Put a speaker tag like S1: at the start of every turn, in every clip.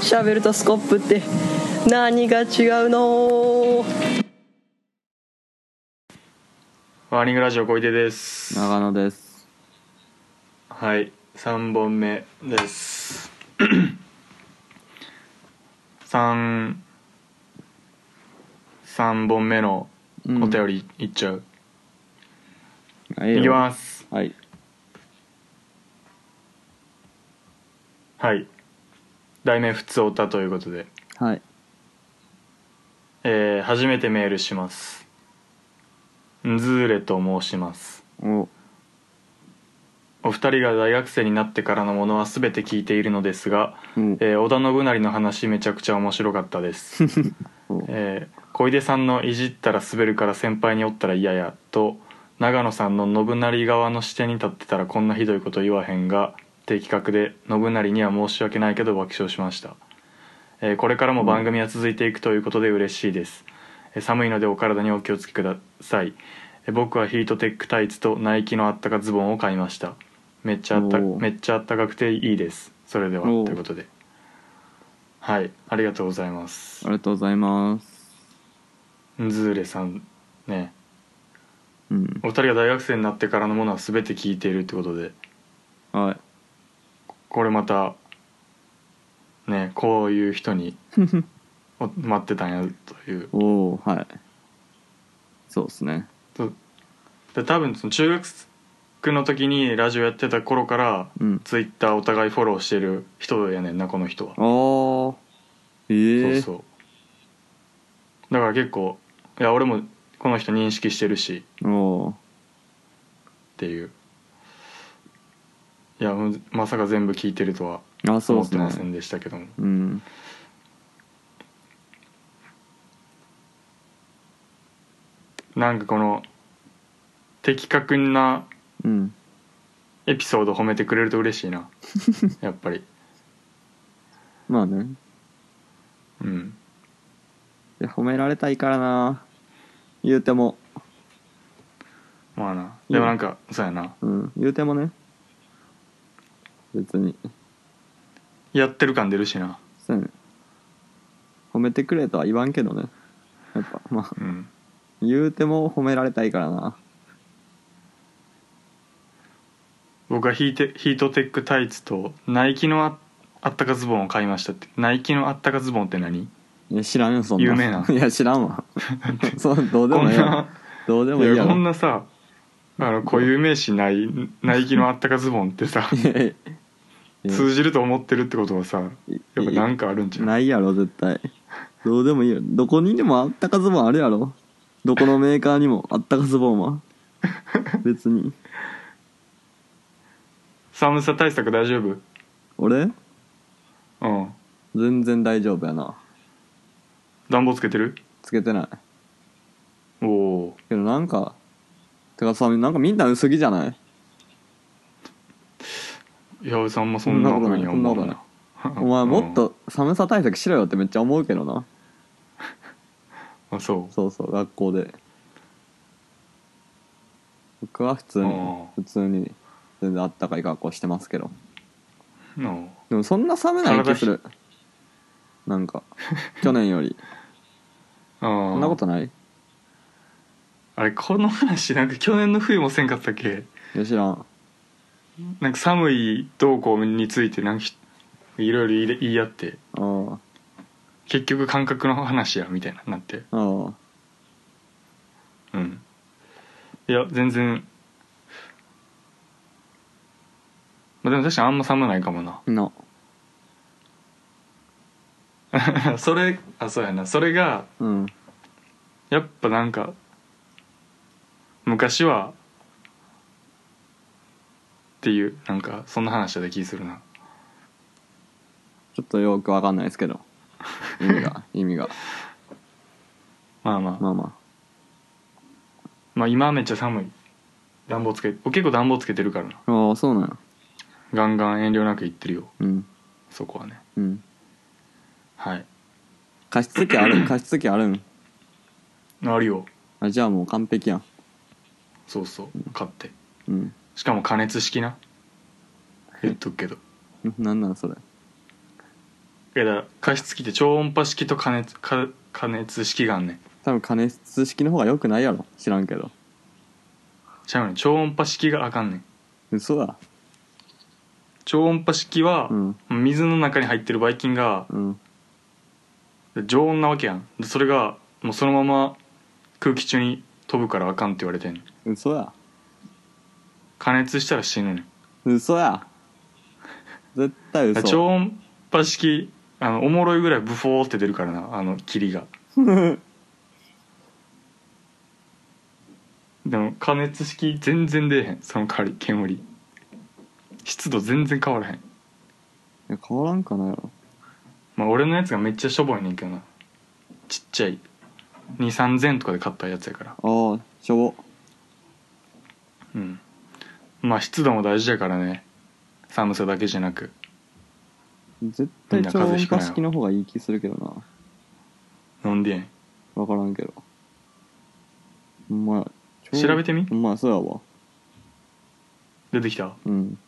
S1: シャベルとスコップって何が違うの
S2: ワーニングラジオ小出です
S3: 長野です
S2: はい3本目です 3三本目のお便りいっちゃう、
S3: はい
S2: いきます
S3: はい
S2: はい題名「ふつおた」ということで、
S3: はい
S2: えー初めてメールしますんずーれと申します
S3: お
S2: お二人が大学生になってからのものは全て聞いているのですが、
S3: うん
S2: えー織田信成の話めちゃくちゃ面白かっ たです、
S3: お
S2: えー小出さんの「いじったら滑るから先輩におったら嫌や」と長野さんの信成側の視点に立ってたらこんなひどいこと言わへんが的確で信成には申し訳ないけど爆笑しました、えーこれからも番組は続いていくということで嬉しいです、えー寒いのでお体にお気をつけくださいえー僕はヒートテックタイツとナイキのあったかズボンを買いましためっちゃあった
S3: おー
S2: めっちゃあったかくていいですそれではと
S3: おー
S2: いうことではいありがとうございます
S3: ありがとうございます
S2: ズーレさんね
S3: うん
S2: お二人が大学生になってからのものは全て聞いているってことで
S3: はい
S2: これまたねこういう人にお待ってたんやという
S3: おーはいそうですね
S2: とで多分その中学の時にラジオやってた頃から
S3: うん
S2: ツイッターお互いフォローしてる人やねんなこの人は、
S3: おーええ
S2: そうそうだから結構いや俺もこの人認識してるし
S3: おー
S2: っていういやむまさか全部聞いてるとは
S3: あそう
S2: 思
S3: で
S2: ってますせ
S3: ね
S2: んでしたけども、
S3: うん
S2: なんかこの的確な
S3: うん
S2: エピソード褒めてくれると嬉しい なやっぱり
S3: まあね
S2: うん
S3: いや褒められたいからな言うても
S2: まあなでもなんか、そうやな
S3: うん言うてもね別に
S2: やってる感出るしな
S3: そうやね褒めてくれとは言わんけどねやっぱまあ
S2: うん
S3: 言うても褒められたいからな
S2: 僕はヒーテヒートテックタイツとナイキのああったかズボンを買いましたってナイキのあったかズボンって何
S3: いや知らんよそんな
S2: 有名ない
S3: や知らんわ そうどうで
S2: こ
S3: も
S2: ん
S3: いい
S2: な
S3: やどうで
S2: い
S3: もいいや
S2: や
S3: ろ
S2: こんなさだから固有名詞ないナイキのあったかズボンっ てさ
S3: い やいや
S2: 通じると思ってるってことはさ
S3: い
S2: やっぱなんかあるんじゃん
S3: ないやろ絶対どうでもいいよどこにでもあったかズボンあるやろどこのメーカーにもあったかズボンは別に
S2: 寒さ対策大丈夫
S3: 俺
S2: うん
S3: 全然大丈夫やな
S2: 暖房つけてる
S3: つけてない
S2: おお
S3: けどなんかてかさなんかみんな薄着じゃない
S2: ー矢部さんもそんなふうには
S3: そんなこ
S2: 思
S3: と
S2: う
S3: ない
S2: な
S3: お前もっと寒さ対策しろよってめっちゃ思うけどな
S2: うんあそ
S3: そうそう学校で僕は普通に
S2: ああ
S3: 普通に全然あったかい格好してますけど
S2: ううん
S3: でもそんな寒ない気するなんか去年よりそんな
S2: あ
S3: こ
S2: あ
S3: とない
S2: あれこの話なんか去年の冬もせんかったっけ
S3: いや知らん
S2: なんか寒い動向についてなんかひいろいろ言い合って
S3: あ
S2: 結局感覚の話やみたいななって
S3: あああ
S2: うんいや全然まあでも確かにあんま寒ないかもな
S3: な
S2: それあそうやなそれが
S3: うん
S2: やっぱなんか昔はっていうなんかそんな話だった気するな
S3: ちょっとよくわかんないですけど意味が意味が
S2: まあまあ、ま
S3: ま
S2: あ、
S3: あま
S2: 今はめっちゃ寒い暖房つけ結構暖房つけてるからな
S3: あああそうなんや
S2: ガンガン遠慮なく行ってるよ
S3: うん
S2: そこはね
S3: うん
S2: はい
S3: 加湿器あるん加湿器あるん
S2: あるよ
S3: あじゃあもう完璧やん
S2: そうそう買って
S3: うん
S2: しかも加熱式な言っとくけど
S3: なんなんそれ
S2: やだから加湿器って超音波式と加熱加加熱式があんねん
S3: 多分加熱式の方が良くないやろ知らんけど
S2: ちゃうねん超音波式があかんねん
S3: 嘘だ
S2: 超音波式は
S3: う、ん
S2: 水の中に入ってるばい菌が
S3: うん
S2: 常温なわけやんでそれがもうそのまま空気中に飛ぶからあかんって言われてんねん
S3: 嘘だ
S2: 加熱したら死ぬねん
S3: 嘘や絶対
S2: だから
S3: 嘘
S2: 超音波式あのおもろいぐらいブフォーって出るからなあの 霧がでも加熱式全然出えへんその代わり煙湿度全然変わらへん
S3: いや変わらんかなやろ
S2: まあ俺のやつがめっちゃしょぼいねんけどなちっちゃい2 3千とかで買ったやつやから
S3: ああしょぼ
S2: うんまあ湿度も大事やからね寒さだけじゃなく
S3: 絶
S2: み
S3: 対
S2: んな
S3: 超
S2: 風
S3: 音
S2: 邪ひくな
S3: 波
S2: よ
S3: 式の方がいい気するけどな
S2: 飲んでやん
S3: 分からんけどほんまや超
S2: 調べてみ
S3: ほんまやそうやわ
S2: 出てきた
S3: うん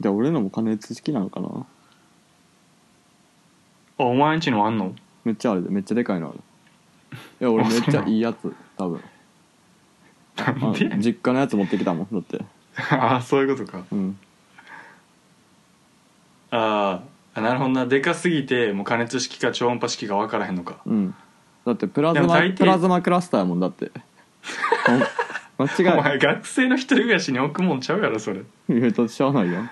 S3: じゃあ俺のも加熱式なのかな
S2: あお前んちのあんの
S3: めっちゃあるでめっちゃでかいのあるいや俺
S2: あ
S3: めっち
S2: そ
S3: ゃ
S2: うなの
S3: いいやつ多分
S2: な
S3: あ
S2: んで
S3: 実家のやつ持ってきたもんだって
S2: ああそういうことか
S3: うん
S2: あーあなるほどなでかすぎてもう加熱式か超音波式か分からへんのか
S3: うんだってプラズ
S2: でも
S3: マ
S2: 大抵
S3: プラズマクラスターやもんだってほん
S2: お
S3: 間違
S2: 前学生の一人暮らしに置くもんちゃうやろそれい
S3: い言うとしゃあないやん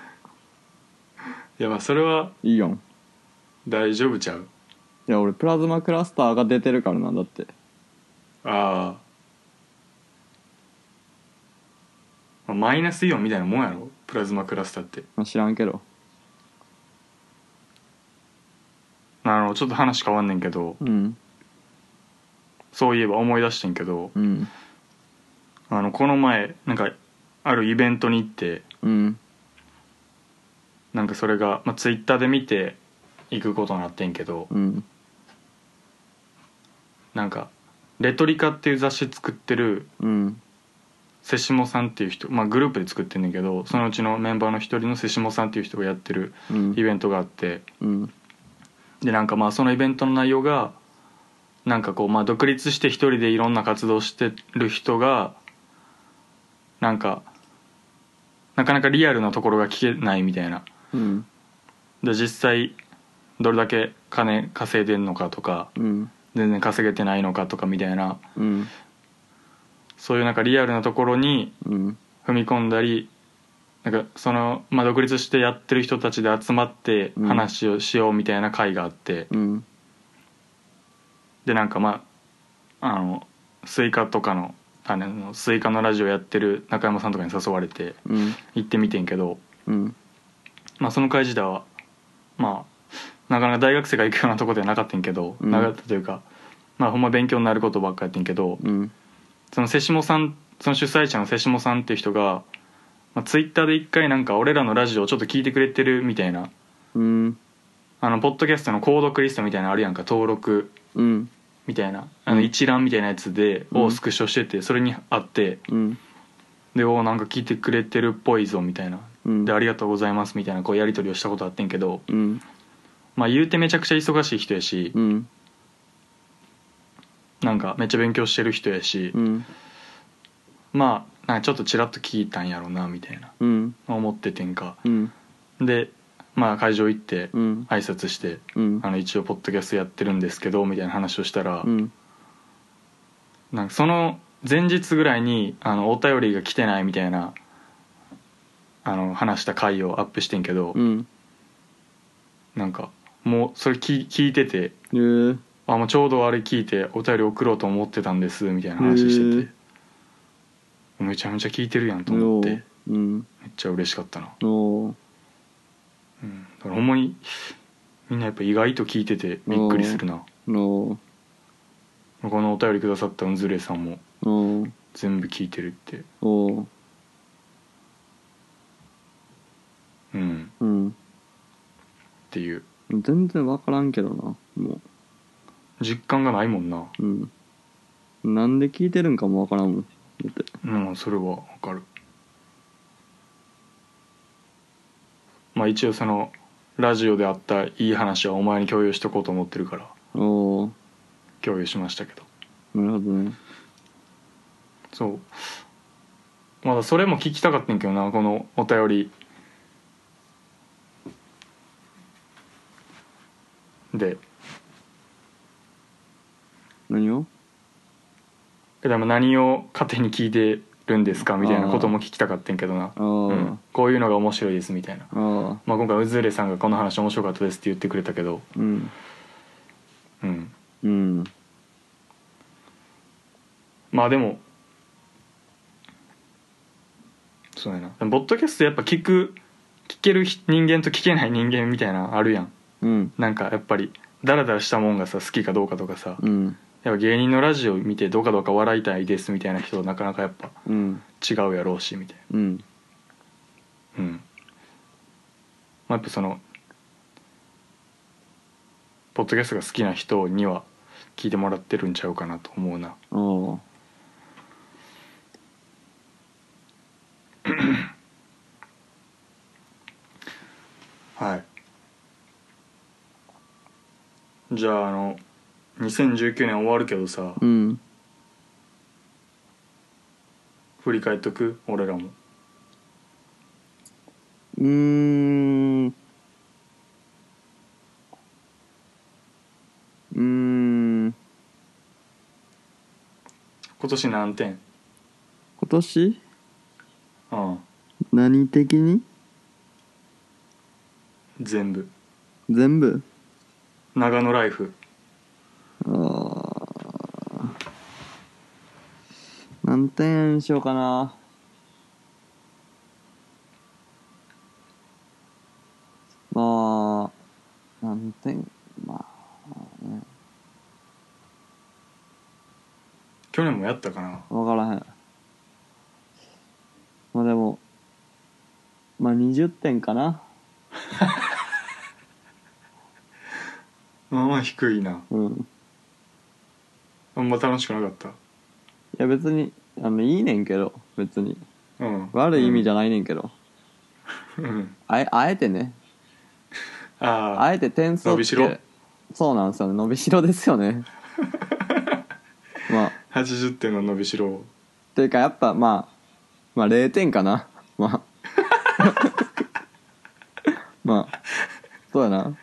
S2: やまあそれはい
S3: いやん
S2: 大丈夫ちゃう
S3: いや俺プラズマクラスターが出てるからなんだって
S2: あーまあマイナスイオンみたいなもんやろプラズマクラスターって
S3: まあ知らんけど
S2: あのちょっと話変わんねんけど
S3: うん
S2: そういえば思い出してんけど
S3: うん
S2: あのこの前なんかあるイベントに行って
S3: うん
S2: なんかそれが、まあ、ツイッターで見て行くことになってんけど
S3: うん
S2: なんか「レトリカ」っていう雑誌作ってる
S3: うん
S2: 瀬下さんっていう人、まあ、グループで作ってんねんけどそのうちのメンバーの一人の瀬下さんっていう人がやってる
S3: うん
S2: イベントがあって
S3: うん
S2: でなんかまあそのイベントの内容がなんかこうまあ独立して一人でいろんな活動をしてる人がなんかなかなかリアルなところが聞けないみたいな
S3: うん
S2: で実際どれだけ金稼いでんのかとか
S3: うん
S2: 全然稼げてないのかとかみたいな
S3: うん
S2: そういうなんかリアルなところに
S3: うん
S2: 踏み込んだりなんかその、まあ、独立してやってる人たちで集まって
S3: うん
S2: 話をしようみたいな会があって、
S3: うん
S2: でなんかまああのスイカとかのあのスイカのラジオやってる中山さんとかに誘われて
S3: うん
S2: 行ってみてんけど、
S3: うん
S2: まあ、その会自体はまあなかなか大学生が行くようなとこではなかったんけど、
S3: うん
S2: なかったというか、まあ、ほんま勉強になることばっかやってんけど、
S3: うん
S2: その瀬下さんその主催者の瀬下さんっていう人が、まあ、ツイッターで一回なんか俺らのラジオをちょっと聞いてくれてるみたいな
S3: うん
S2: あのポッドキャストの購読リストみたいなのあるやんか登録
S3: うん
S2: みたいなあの
S3: うん
S2: 一覧みたいなやつで、
S3: うん
S2: をスクショしててそれにあって
S3: うん
S2: でおーなんか聞いてくれてるっぽいぞみたいな
S3: うん
S2: でありがとうございますみたいなこうやり取りをしたことあってんけど
S3: うん
S2: まあ言うてめちゃくちゃ忙しい人やし
S3: うん
S2: なんかめっちゃ勉強してる人やし
S3: うん
S2: まあなんかちょっとちらっと聞いたんやろうなみたいな
S3: うん
S2: 思っててんか
S3: うん
S2: でまあ会場行って
S3: うん
S2: 挨拶して
S3: うん
S2: 「あの一応ポッドキャストやってるんですけど」みたいな話をしたら、
S3: うん
S2: なんかその前日ぐらいにあのお便りが来てないみたいなあの話した回をアップしてんけど、
S3: うん
S2: なんかもうそれ聞聞いてて
S3: えー
S2: 「あもうちょうどあれ聞いてお便り送ろうと思ってたんです」みたいな話してて、めちゃめちゃ聞いてるやんと思ってめ
S3: うん
S2: っちゃ嬉しかったな、
S3: おー
S2: うん、だからほんまにみんなやっぱ意外と聞いててびっくりするな。
S3: おー
S2: このお便りくださったうんずれさんも
S3: おー
S2: 全部聞いてるって
S3: おー
S2: うん
S3: うん
S2: っていう
S3: 全然分からんけどなも
S2: 実感がないもんな
S3: ううんなんで聞いてるんかも分からんもんだって
S2: うんそれはわかるまあ一応そのラジオであったいい話はお前に共有しとこうと思ってるから
S3: おー
S2: 共有しましたけど
S3: なるほどね
S2: そうまだそれも聞きたかったんやけどなこのお便りで
S3: 何を
S2: えでも何を糧に聞いてるんですかみたいなことも聞きたかったんやけどな、
S3: ああ、
S2: うん、こういうのが面白いですみたいな、
S3: ああ
S2: まあ、今回うずれさんがこの話面白かったですって言ってくれたけど
S3: うん
S2: うん
S3: うん
S2: まあでもそうやなでもポッドキャストやっぱ聞く聞ける人間と聞けない人間みたいなのあるやん
S3: うん
S2: なんかやっぱりダラダラしたもんがさ好きかどうかとかさ
S3: うん
S2: やっぱ芸人のラジオ見てどうかどうか笑いたいですみたいな人はなかなかやっぱ
S3: うん
S2: 違うやろうしみたい
S3: うん
S2: なうんまあやっぱそのポッドキャストが好きな人には聞いてもらってるんちゃうかなと思うな
S3: おー
S2: はいじゃああの2019年終わるけどさ、
S3: うん
S2: 振り返っとく俺らも
S3: うーんうーん
S2: 今年何点
S3: 今年
S2: うん
S3: 何的に
S2: 全部
S3: 全部
S2: 長野ライフ
S3: ああ何点にしようかなまあ何点ま
S2: 去年もやったかな
S3: あ分からへんまあでもまあ20点かな
S2: まあまあ低いな
S3: うん
S2: あんま楽しくなかっ
S3: いや別にあのいいねんけど別に
S2: たうん
S3: 悪い意味じ
S2: ゃ
S3: ゃないねんけど、
S2: うん
S3: あえあえてね
S2: ああ
S3: あえて点数を
S2: 伸びしろ
S3: そうなんですよね伸びしろですよ ねまあっ
S2: 80点の伸びしろ
S3: ていうかやっぱまあまあ0点かなまあ まあそうやな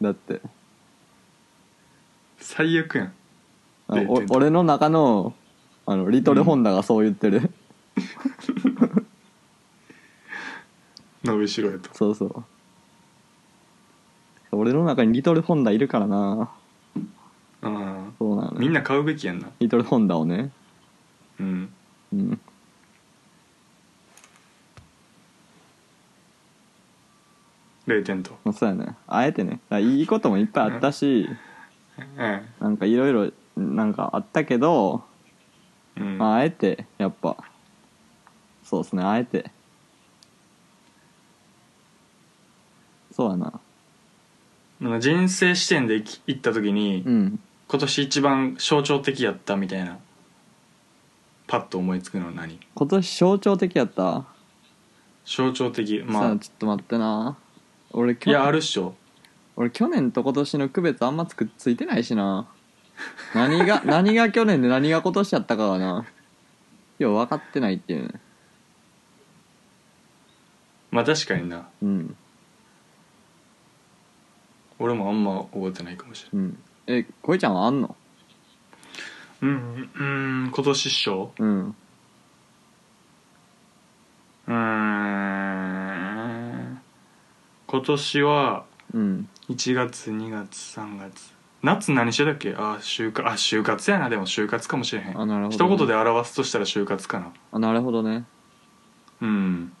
S3: だって
S2: 最悪やん
S3: あのお
S2: 0点
S3: 俺の中のあのリトルホンダがそう言ってる、
S2: 伸びしろやと
S3: そうそう俺の中にリトルホンダいるからな
S2: うん
S3: そうなのよ
S2: みんな買うべきやんな
S3: リトルホンダをね
S2: うん
S3: うん
S2: 0点と
S3: まあそうやねあえてねだからいいこともいっぱいあったし
S2: うん
S3: なんかいろいろなんかあったけど、
S2: うん
S3: まあ、あえてやっぱそうですねあえてそうやな
S2: なんか人生視点でいき行った時に、
S3: うん
S2: 今年一番象徴的やったみたいなパッと思いつくのは何
S3: 今年象徴的やった
S2: 象徴的
S3: さ
S2: まあ
S3: あちょっと待ってな俺去
S2: いやあ
S3: 年
S2: るっしょ
S3: 俺去年と今年の区別あんまつくついてないしな何 が何が去年で何が今年やったかはなよう分かってないっていうね
S2: まあ確かにな
S3: うん
S2: 俺もあんま覚えてないかもしれ
S3: うんえこいちゃんはあんの
S2: ないうんうん今年っしょ
S3: うん
S2: うーん今年は
S3: うん
S2: 1月2月3月夏何してたっけあ就活あ就活やなでも就活かもしれへん
S3: あなるほど
S2: 一言で表すとしたら就活かな
S3: あなるほどね
S2: うん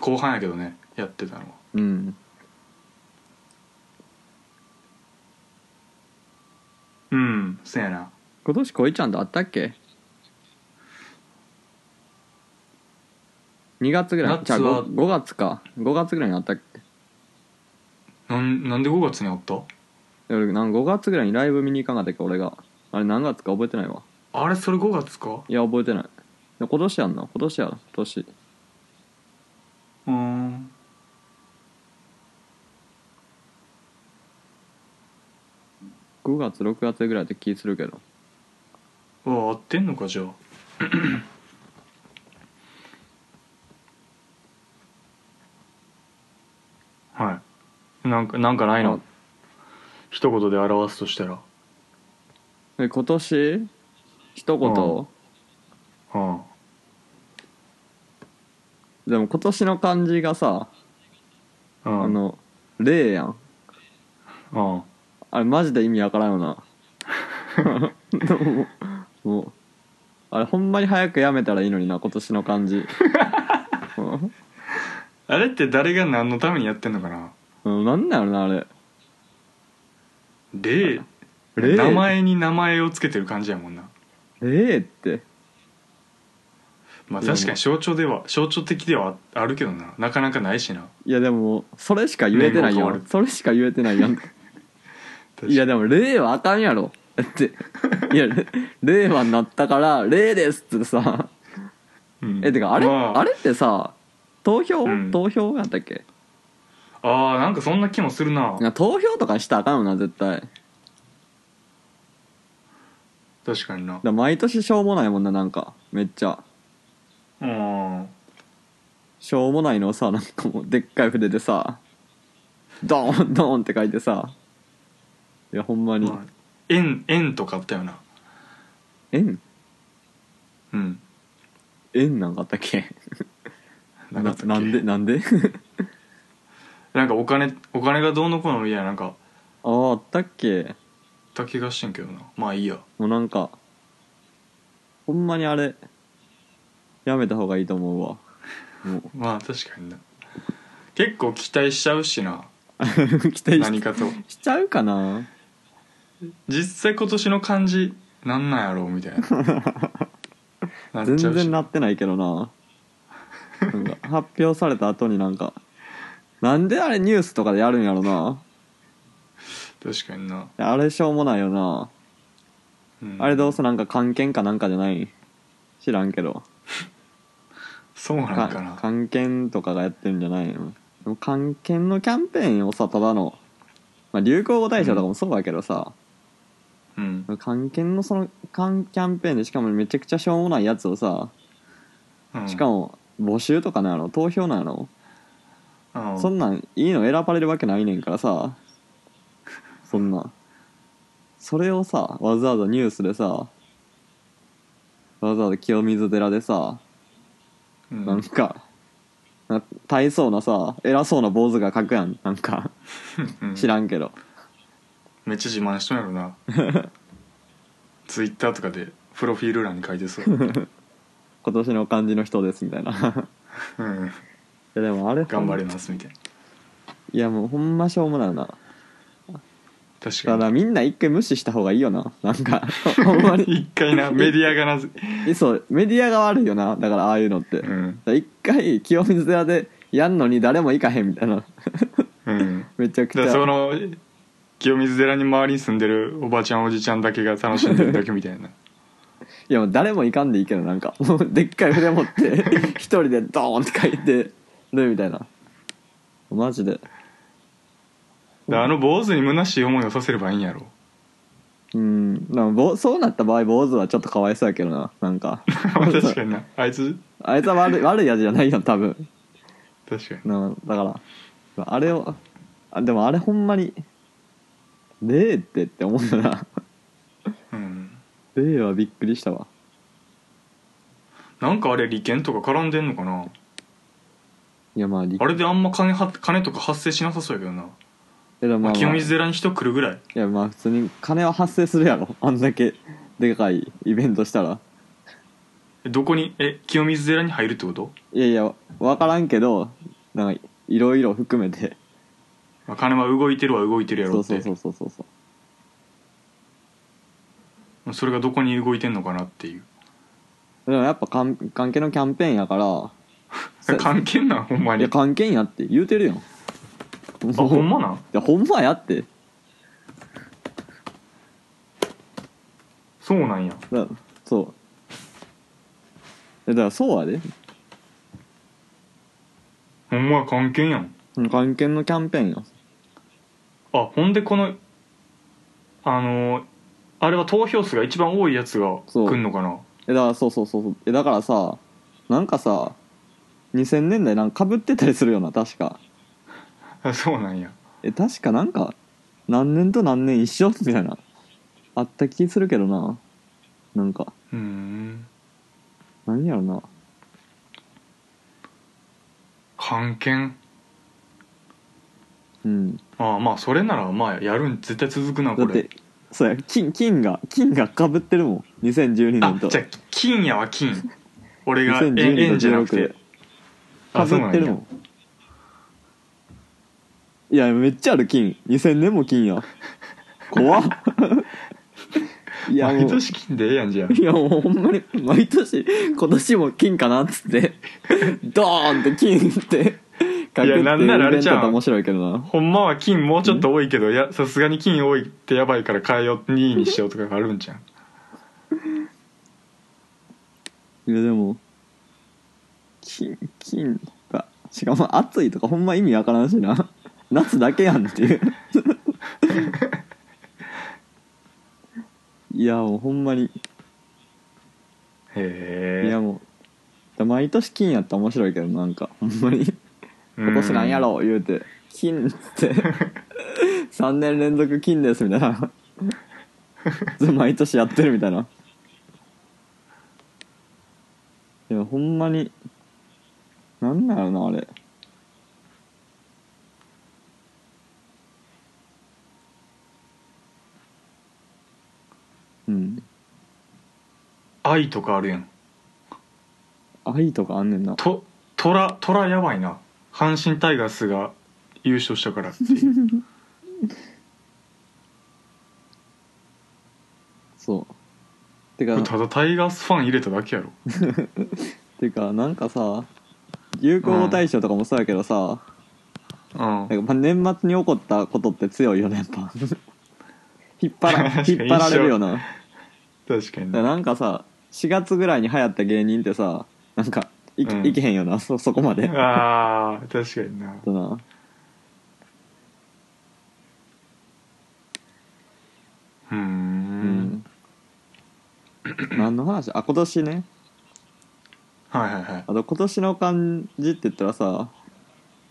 S2: 後半やけどねやってたのは
S3: うん
S2: うんそやな
S3: 今年こいちゃんと会ったっけ2月ぐらいじ
S2: 夏
S3: ゃ
S2: は
S3: あ 5, 月か5月ぐらいに会ったっけ
S2: なんなんで5月にあった
S3: いや俺なんか5月ぐらいにライブ見に行かんかったっけ俺があれ何月か覚えてないわ
S2: あれそれ5月か
S3: いや覚えてないで今年やんな今年や今年
S2: うーん
S3: 5月6月ぐらいって気するけど
S2: うわ合ってんのかじゃあ はいなんかなんかない
S3: あ
S2: の一言で表すとしたら
S3: え今年一言、
S2: うんうん
S3: でも今年の漢字がさ、
S2: うん
S3: あの「霊」やん
S2: うん
S3: あれマジで意味わからんよ なでももうあれほんまに早くやめたらいいのにな今年の漢 字、うん
S2: あれって誰が何のためにやってんのかな
S3: うん、なんだろなあれ
S2: 例
S3: 霊
S2: 名前に名前をつけてる感じやもんな
S3: 霊って
S2: まあ
S3: いや
S2: 確かに象徴では象徴的ではああるけどななかなかないしない
S3: やでもそれしか言えてない
S2: 年号
S3: や
S2: 変わ
S3: ん
S2: る
S3: それしか言えてないやんいやでも令和あかんやろだっていやれ令和になったから「令です」ってさ
S2: うん
S3: えてかあれ、
S2: ま
S3: あ、れってさ投票、
S2: うん
S3: 投票やったっけ
S2: あーなんかそんな気もするない
S3: や投票とかしたらあかんよな絶対だか
S2: 確かにな
S3: ら毎年しょうもないもんななんかめっちゃ
S2: うん
S3: しょうもないのをさなんかもうでっかい筆でさドーンドーンって書いてさいやほんまに
S2: まあ円円とかあったよな
S3: 円
S2: うん
S3: 円なんかあったっけ
S2: なかったっけ
S3: ななんでなんで
S2: なんかお金お金がどうのこうのみたいななんかあっ
S3: あああったっけ
S2: た気がしてんけどなまあいいや
S3: もうなんかほんまにあれやめた方がいいと思うわもう
S2: まあ確かにな結構期待しちゃうしな
S3: 期待
S2: 何
S3: し
S2: かと
S3: しちゃうかな
S2: 実際今年の漢字なんなんやろうみたい なな
S3: 全
S2: っちゃうし
S3: 然なってないけどななんか発表された後になんかなんであれニュースとかでやるんやろな
S2: 確かにな、
S3: あれしょうもないよな、
S2: うん
S3: あれどうせなんか関係かなんかじゃない知らんけど
S2: そうなんかな
S3: 関係とかがやってるんじゃないのでも関係のキャンペーンをさただの、まあ、流行語大賞とかもそうやけどさ、
S2: うん
S3: 関係のその関キャンペーンでしかもめちゃくちゃしょうもないやつをさ、
S2: うん
S3: しかも募集とかなの投票なの、
S2: うん
S3: そんなんいいの選ばれるわけないねんからさそんなそれをさわざわざニュースでさわざわざ清水寺でさ、
S2: うん
S3: なんかなんか大層なさ偉そうな坊主が書くやんなんか
S2: うん
S3: 知らんけど、
S2: めっちゃ自慢しとんや ろなツイッターとかでプロフィール欄に書いてそう、 うん、
S3: 今年の漢字の人ですみたいな いやでもあれ
S2: 頑張れますみたいない
S3: やもうほんましょうもないよな
S2: 確
S3: た
S2: か
S3: だ
S2: に
S3: みんな一回無視した方がいいよななん かほんまに
S2: 一回なメディアがなぜ、
S3: そうメディアが悪いよなだからああいうのって、だ
S2: う
S3: か
S2: ん
S3: ら一回清水寺でやんのに誰も行かへんみたいな
S2: うん、
S3: めちゃくち
S2: だか
S3: ゃ
S2: らその清水寺に周りに住んでるおばちゃんおじちゃんだけが楽しんでるだけみ たいない
S3: やもう誰も行かんでいいけどなんかもうでっかい筆持って 一人でドーンって書いてるみたいなマジで
S2: だからあの坊主に虚しい思いをさせればいいん やろ
S3: うんなんかぼそうなった場合坊主はちょっとかわいそうやけどななんか
S2: 確かになあいつ
S3: あいつは悪い 悪いやつじゃないよ多分
S2: 確かに
S3: なだからあれをあでもあれほんまに「霊って」って思うよな
S2: うん
S3: 霊はびっくりしたわ
S2: なんかあれ利権とか絡んでんのかない
S3: やまあ理
S2: あれであんま金は金とか発生しなさそうやけどな、
S3: いやまあま
S2: ま
S3: あ
S2: あ、清水寺に人来るぐらい
S3: いやまあ普通に金は発生するやろあ んだけでかいイベントしたら
S2: えどこにえ清水寺に入るってこと、
S3: いやいや分からんけどなんかいろいろ含めて
S2: まあ、金は動いてるは動いてるやろ
S3: そうう
S2: って
S3: そ
S2: そう
S3: そうそうそうそう
S2: れがどこに動いてんのかなっていう
S3: でもやっぱ関関係のキャンペーンやから そう
S2: 関係なんほんま
S3: い
S2: に
S3: や関係やって言うてるやん
S2: あほん
S3: い
S2: まなん
S3: やほんまやって
S2: そうなんや
S3: だそうえだからそうやで
S2: ほんまや関係やん
S3: 関係のキャンペーンよ
S2: あほんでこのあのあれは投票数が一番多いやつが
S3: そう
S2: 来んのかな
S3: えだからそうそうそうそうえだからさなんかさ2000年代なんか被ってたりするよな確か
S2: あそうなんや
S3: え確かなんか何年と何年一緒みたいなあった気するけどななんか
S2: うーん
S3: 何やろな
S2: 判権
S3: うん
S2: ああまあそれならまあやるん絶対続くな
S3: だ
S2: こ
S3: っ
S2: れ
S3: てそうや金金が金が被ってるもん2012
S2: あ
S3: 年と
S2: じゃあ金やは金俺が円円じゃな
S3: 2012
S2: く
S3: と16
S2: て
S3: で
S2: あそう
S3: 被
S2: な
S3: ってるも
S2: や
S3: んいやめっちゃある金2000年も金や怖 っいやも
S2: 毎
S3: う
S2: 年金でええやんじゃあ
S3: いやもうほんまに毎年今年も金かなっつってドーンって金って書くって
S2: いやなんならあれちゃ
S3: イベント
S2: う
S3: だと面白いけどな
S2: ほんまは金もうちょっと多いけどいやさすがに金多いってやばいから変えよう2位にしようとかがあるんじゃん
S3: いやでも金金とかしかも暑いとかほんま意味わからんしな夏だけやんっていういやもうほんまにい
S2: へえ
S3: やもう毎年金やったら面白いけどなんかほんまに
S2: う
S3: 今年なんやろう言うて「金」っつって「3年連続金です」みたいな毎年やってるみたいないやほんまになんだろうなあれうん
S2: 愛とかあるやん
S3: 愛とかあんねんな
S2: と虎虎やばいな阪神タイガースが優勝したからっていう
S3: そうて
S2: こ
S3: か
S2: れただタイガースファン入れただけやろ
S3: ていうかなんかさ流行語大賞とかもそうやけどさ、
S2: うん
S3: なんかまあ年末に起こったことって強いよねやっ ぱ引っ張ら
S2: 確か
S3: 引
S2: に
S3: っ張られるよなだか
S2: 確かに
S3: ら
S2: ね
S3: なんかさ4月ぐらいに流行った芸人ってさなんかい,、
S2: うん
S3: いけへんよなそそこまでだ
S2: あー確かにな
S3: な
S2: うー
S3: うんん何の話あ今年ね
S2: はいはいはい
S3: あと今年の感じって言ったらさ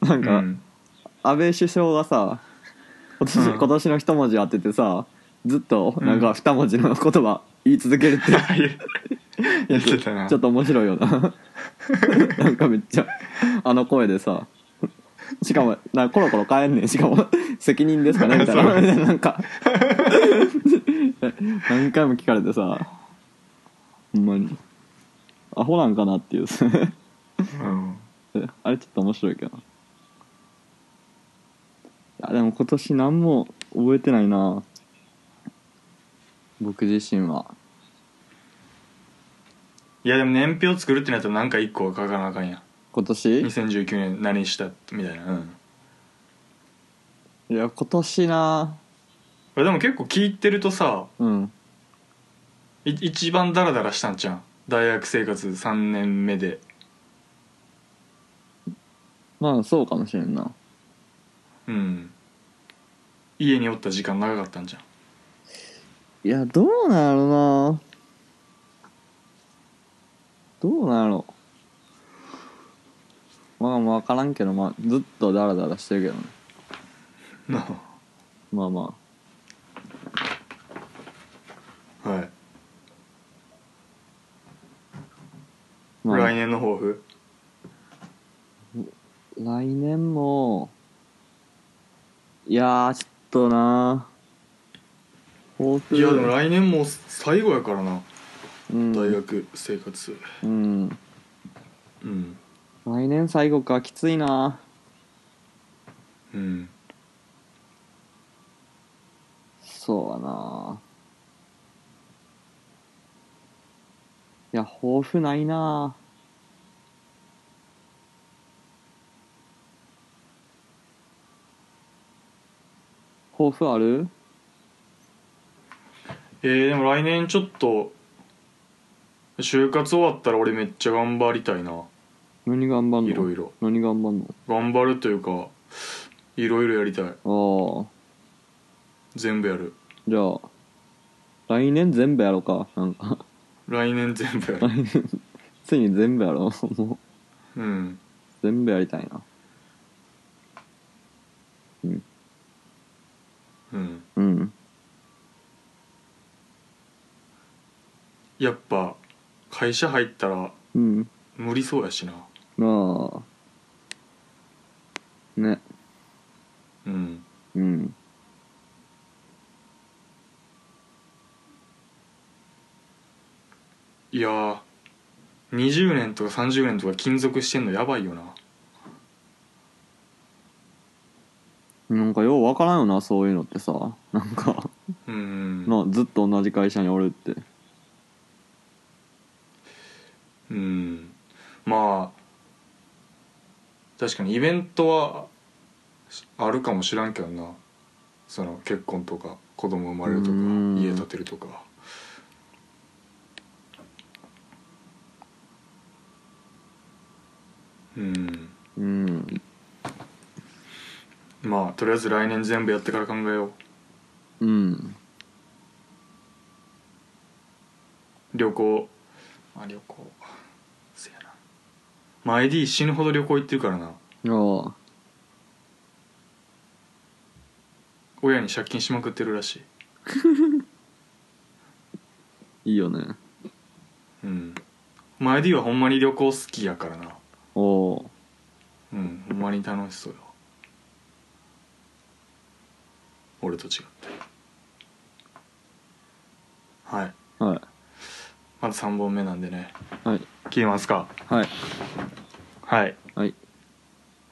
S3: なんか、
S2: うん
S3: 安倍首相がさ今年,、
S2: うん
S3: 今年の一文字当ててさずっとなん
S2: う
S3: か
S2: ん
S3: 二文字の言葉言い続けるって、
S2: 言ってたな
S3: ちょっと面白いよななんかめっちゃあの声でさしかもなんかコロコロ変えんねんしかも「責任ですかね」みたいななんか何回も聞かれてさほんまにアホなんかなっていう
S2: うん
S3: あれちょっと面白いけどないやでも今年何も覚えてないな僕自身はい
S2: やでも年表作るってなったら何か1個は書かなあかんやん
S3: 今年
S2: 2019年何したみたいなうん
S3: いや今年な
S2: 俺でも結構聞いてるとさ
S3: うん
S2: い一番ダラダラしたんじゃん大学生活3年目で
S3: まあそうかもしれんな
S2: うん家におった時間長かったんじゃん
S3: いやどうなるなどうなるまあ分からんけどまあずっとダラダラしてるけどね
S2: な
S3: まあま
S2: あ はい、
S3: あまあ
S2: 来年の抱負
S3: 来年もいやーちょっとな抱負
S2: いやでも来年も最後やからな
S3: うん
S2: 大学生活
S3: うん
S2: うん
S3: 来年最後かきついな
S2: うん
S3: そうやないや抱負ないな抱負ある
S2: えー、でも来年ちょっと就活終わったら俺めっちゃ頑張りたいな
S3: 何頑張んの
S2: いろいろ
S3: 何頑張ん
S2: 頑張るというかいろいろやりたい
S3: のあ
S2: 全部やる
S3: あじゃあ来年全部やろうかなんか
S2: 来年全部や
S3: 来
S2: る
S3: 年ついに全部やろう もう
S2: うん
S3: 全部やりたいなうん
S2: うん
S3: うん
S2: やっぱ会社入ったら
S3: うん
S2: 無理そうやしな
S3: まあね
S2: うん
S3: うん
S2: いやー20年とか30年とか勤続してんのやばいよな
S3: なんかようわからんよなそういうのってさなんか
S2: うん
S3: なずっと同じ会社におるって
S2: うんまあ確かにイベントはしあるかもしらんけどなその結婚とか子供生まれるとか
S3: うん
S2: 家建てるとかうん
S3: うん
S2: まあとりあえず来年全部やってから考えよう
S3: うん
S2: 旅行まあ旅行せやなまあ ID 死ぬほど旅行行ってるからな
S3: ああ
S2: 親に借金しまくってるらしい
S3: いいよね
S2: うんまあ ID はほんまに旅行好きやからな
S3: おお
S2: うんほんまに楽しそうよ俺と違ってはい
S3: ーはい
S2: まだ3本目なんでね
S3: はい
S2: 切りますか
S3: はい
S2: はい
S3: はい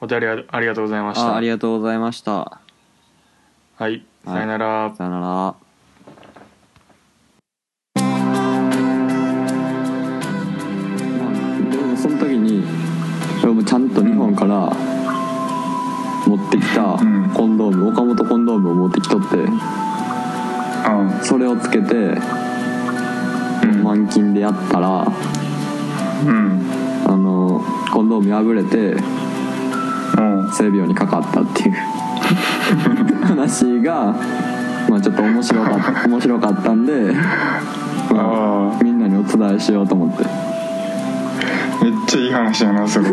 S2: お便りありありがとうございました
S3: あありがとうございました
S2: はいさよなら、
S3: さよならでもその時に俺もちゃんと日本から持ってきた
S2: ん
S3: コンドーム、岡本コンドームを持ってきとってそれをつけて満金でやったらあ
S2: うん
S3: のコンドーム破れて
S2: うん
S3: 性病にかかったっていう話が、まあ、ちょっと面白かった面白かったんで、ま
S2: あ
S3: あ、みんなにお伝えしようと思って
S2: あめっちゃいい話やなそれ